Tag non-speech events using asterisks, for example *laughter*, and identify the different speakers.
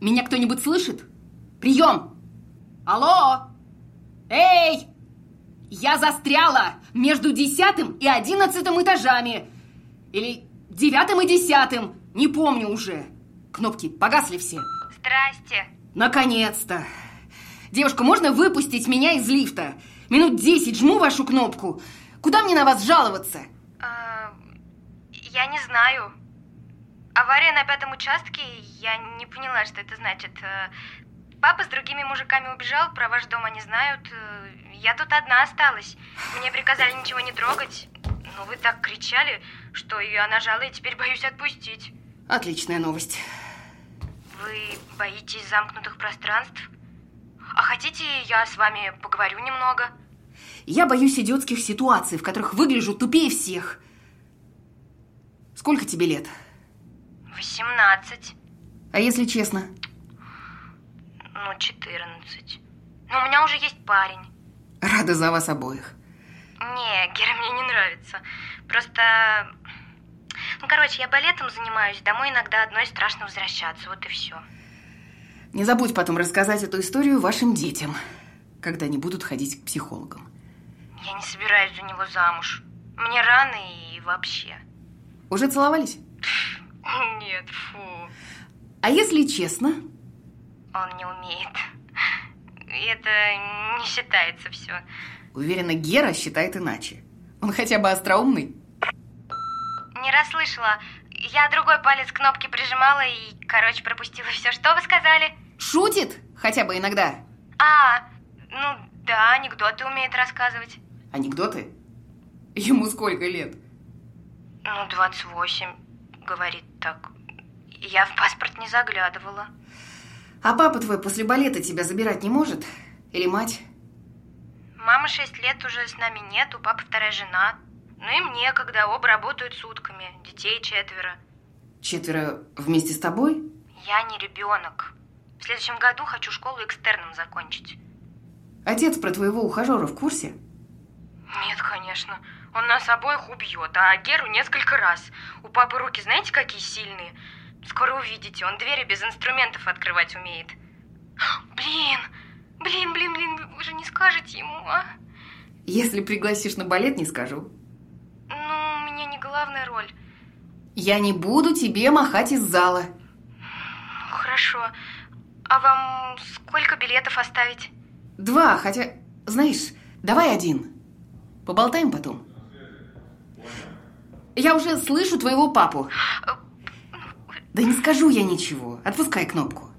Speaker 1: Меня кто-нибудь слышит? Прием! Алло! Эй! Я застряла между десятым и одиннадцатым этажами. Или девятым и десятым. Не помню уже. Кнопки погасли все.
Speaker 2: Здрасте.
Speaker 1: Наконец-то. Девушка, можно выпустить меня из лифта? Минут десять жму вашу кнопку. Куда мне на вас жаловаться?
Speaker 2: А, я не знаю. Авария на пятом участке, я не поняла, что это значит. Э, Папа с другими мужиками убежал, про ваш дом они знают. Э, Я тут одна осталась. Мне приказали ничего не трогать. Но вы так кричали, что я нажала и теперь боюсь отпустить.
Speaker 1: Отличная новость.
Speaker 2: Вы боитесь замкнутых пространств? А хотите, я с вами поговорю немного?
Speaker 1: Я боюсь идиотских ситуаций, в которых выгляжу тупее всех. Сколько тебе лет?
Speaker 2: 18,
Speaker 1: А если честно?
Speaker 2: ну 14. Но у меня уже есть парень.
Speaker 1: Рада за вас обоих.
Speaker 2: Не, Гера мне не нравится. Просто... Ну, короче, я балетом занимаюсь, домой иногда одной страшно возвращаться, вот и все.
Speaker 1: Не забудь потом рассказать эту историю вашим детям, когда они будут ходить к психологам.
Speaker 2: Я не собираюсь за него замуж. Мне рано и вообще. *laughs*
Speaker 1: Уже целовались?
Speaker 2: Нет, фу.
Speaker 1: А если честно?
Speaker 2: Он не умеет. И это не считается все.
Speaker 1: Уверена, Гера считает иначе. Он хотя бы остроумный.
Speaker 2: Не расслышала. Я другой палец кнопки прижимала и, короче, пропустила все. Что вы сказали?
Speaker 1: Шутит хотя бы иногда.
Speaker 2: А, ну да, анекдоты умеет рассказывать.
Speaker 1: Анекдоты? Ему сколько лет?
Speaker 2: Ну, 28, говорит так. Я в паспорт не заглядывала.
Speaker 1: А папа твой после балета тебя забирать не может? Или мать?
Speaker 2: Мама 6 лет уже с нами нет, у папы вторая жена. Ну и мне, когда оба работают сутками, детей четверо.
Speaker 1: Четверо вместе с тобой?
Speaker 2: Я не ребенок. В следующем году хочу школу экстерном закончить.
Speaker 1: Отец про твоего ухажера в курсе?
Speaker 2: Нет, конечно. Он нас обоих убьет, а Геру несколько раз. У папы руки знаете, какие сильные? Скоро увидите, он двери без инструментов открывать умеет. *gasps* Блин, блин, блин, блин, вы же не скажете ему, а?
Speaker 1: Если пригласишь на балет, не скажу.
Speaker 2: Ну, у меня не главная роль.
Speaker 1: Я не буду тебе махать из зала.
Speaker 2: Ну, Хорошо. А вам сколько билетов оставить?
Speaker 1: Два, хотя... Знаешь, давай один. Поболтаем потом. Я уже слышу твоего папу. Да не скажу я ничего. Отпускай кнопку.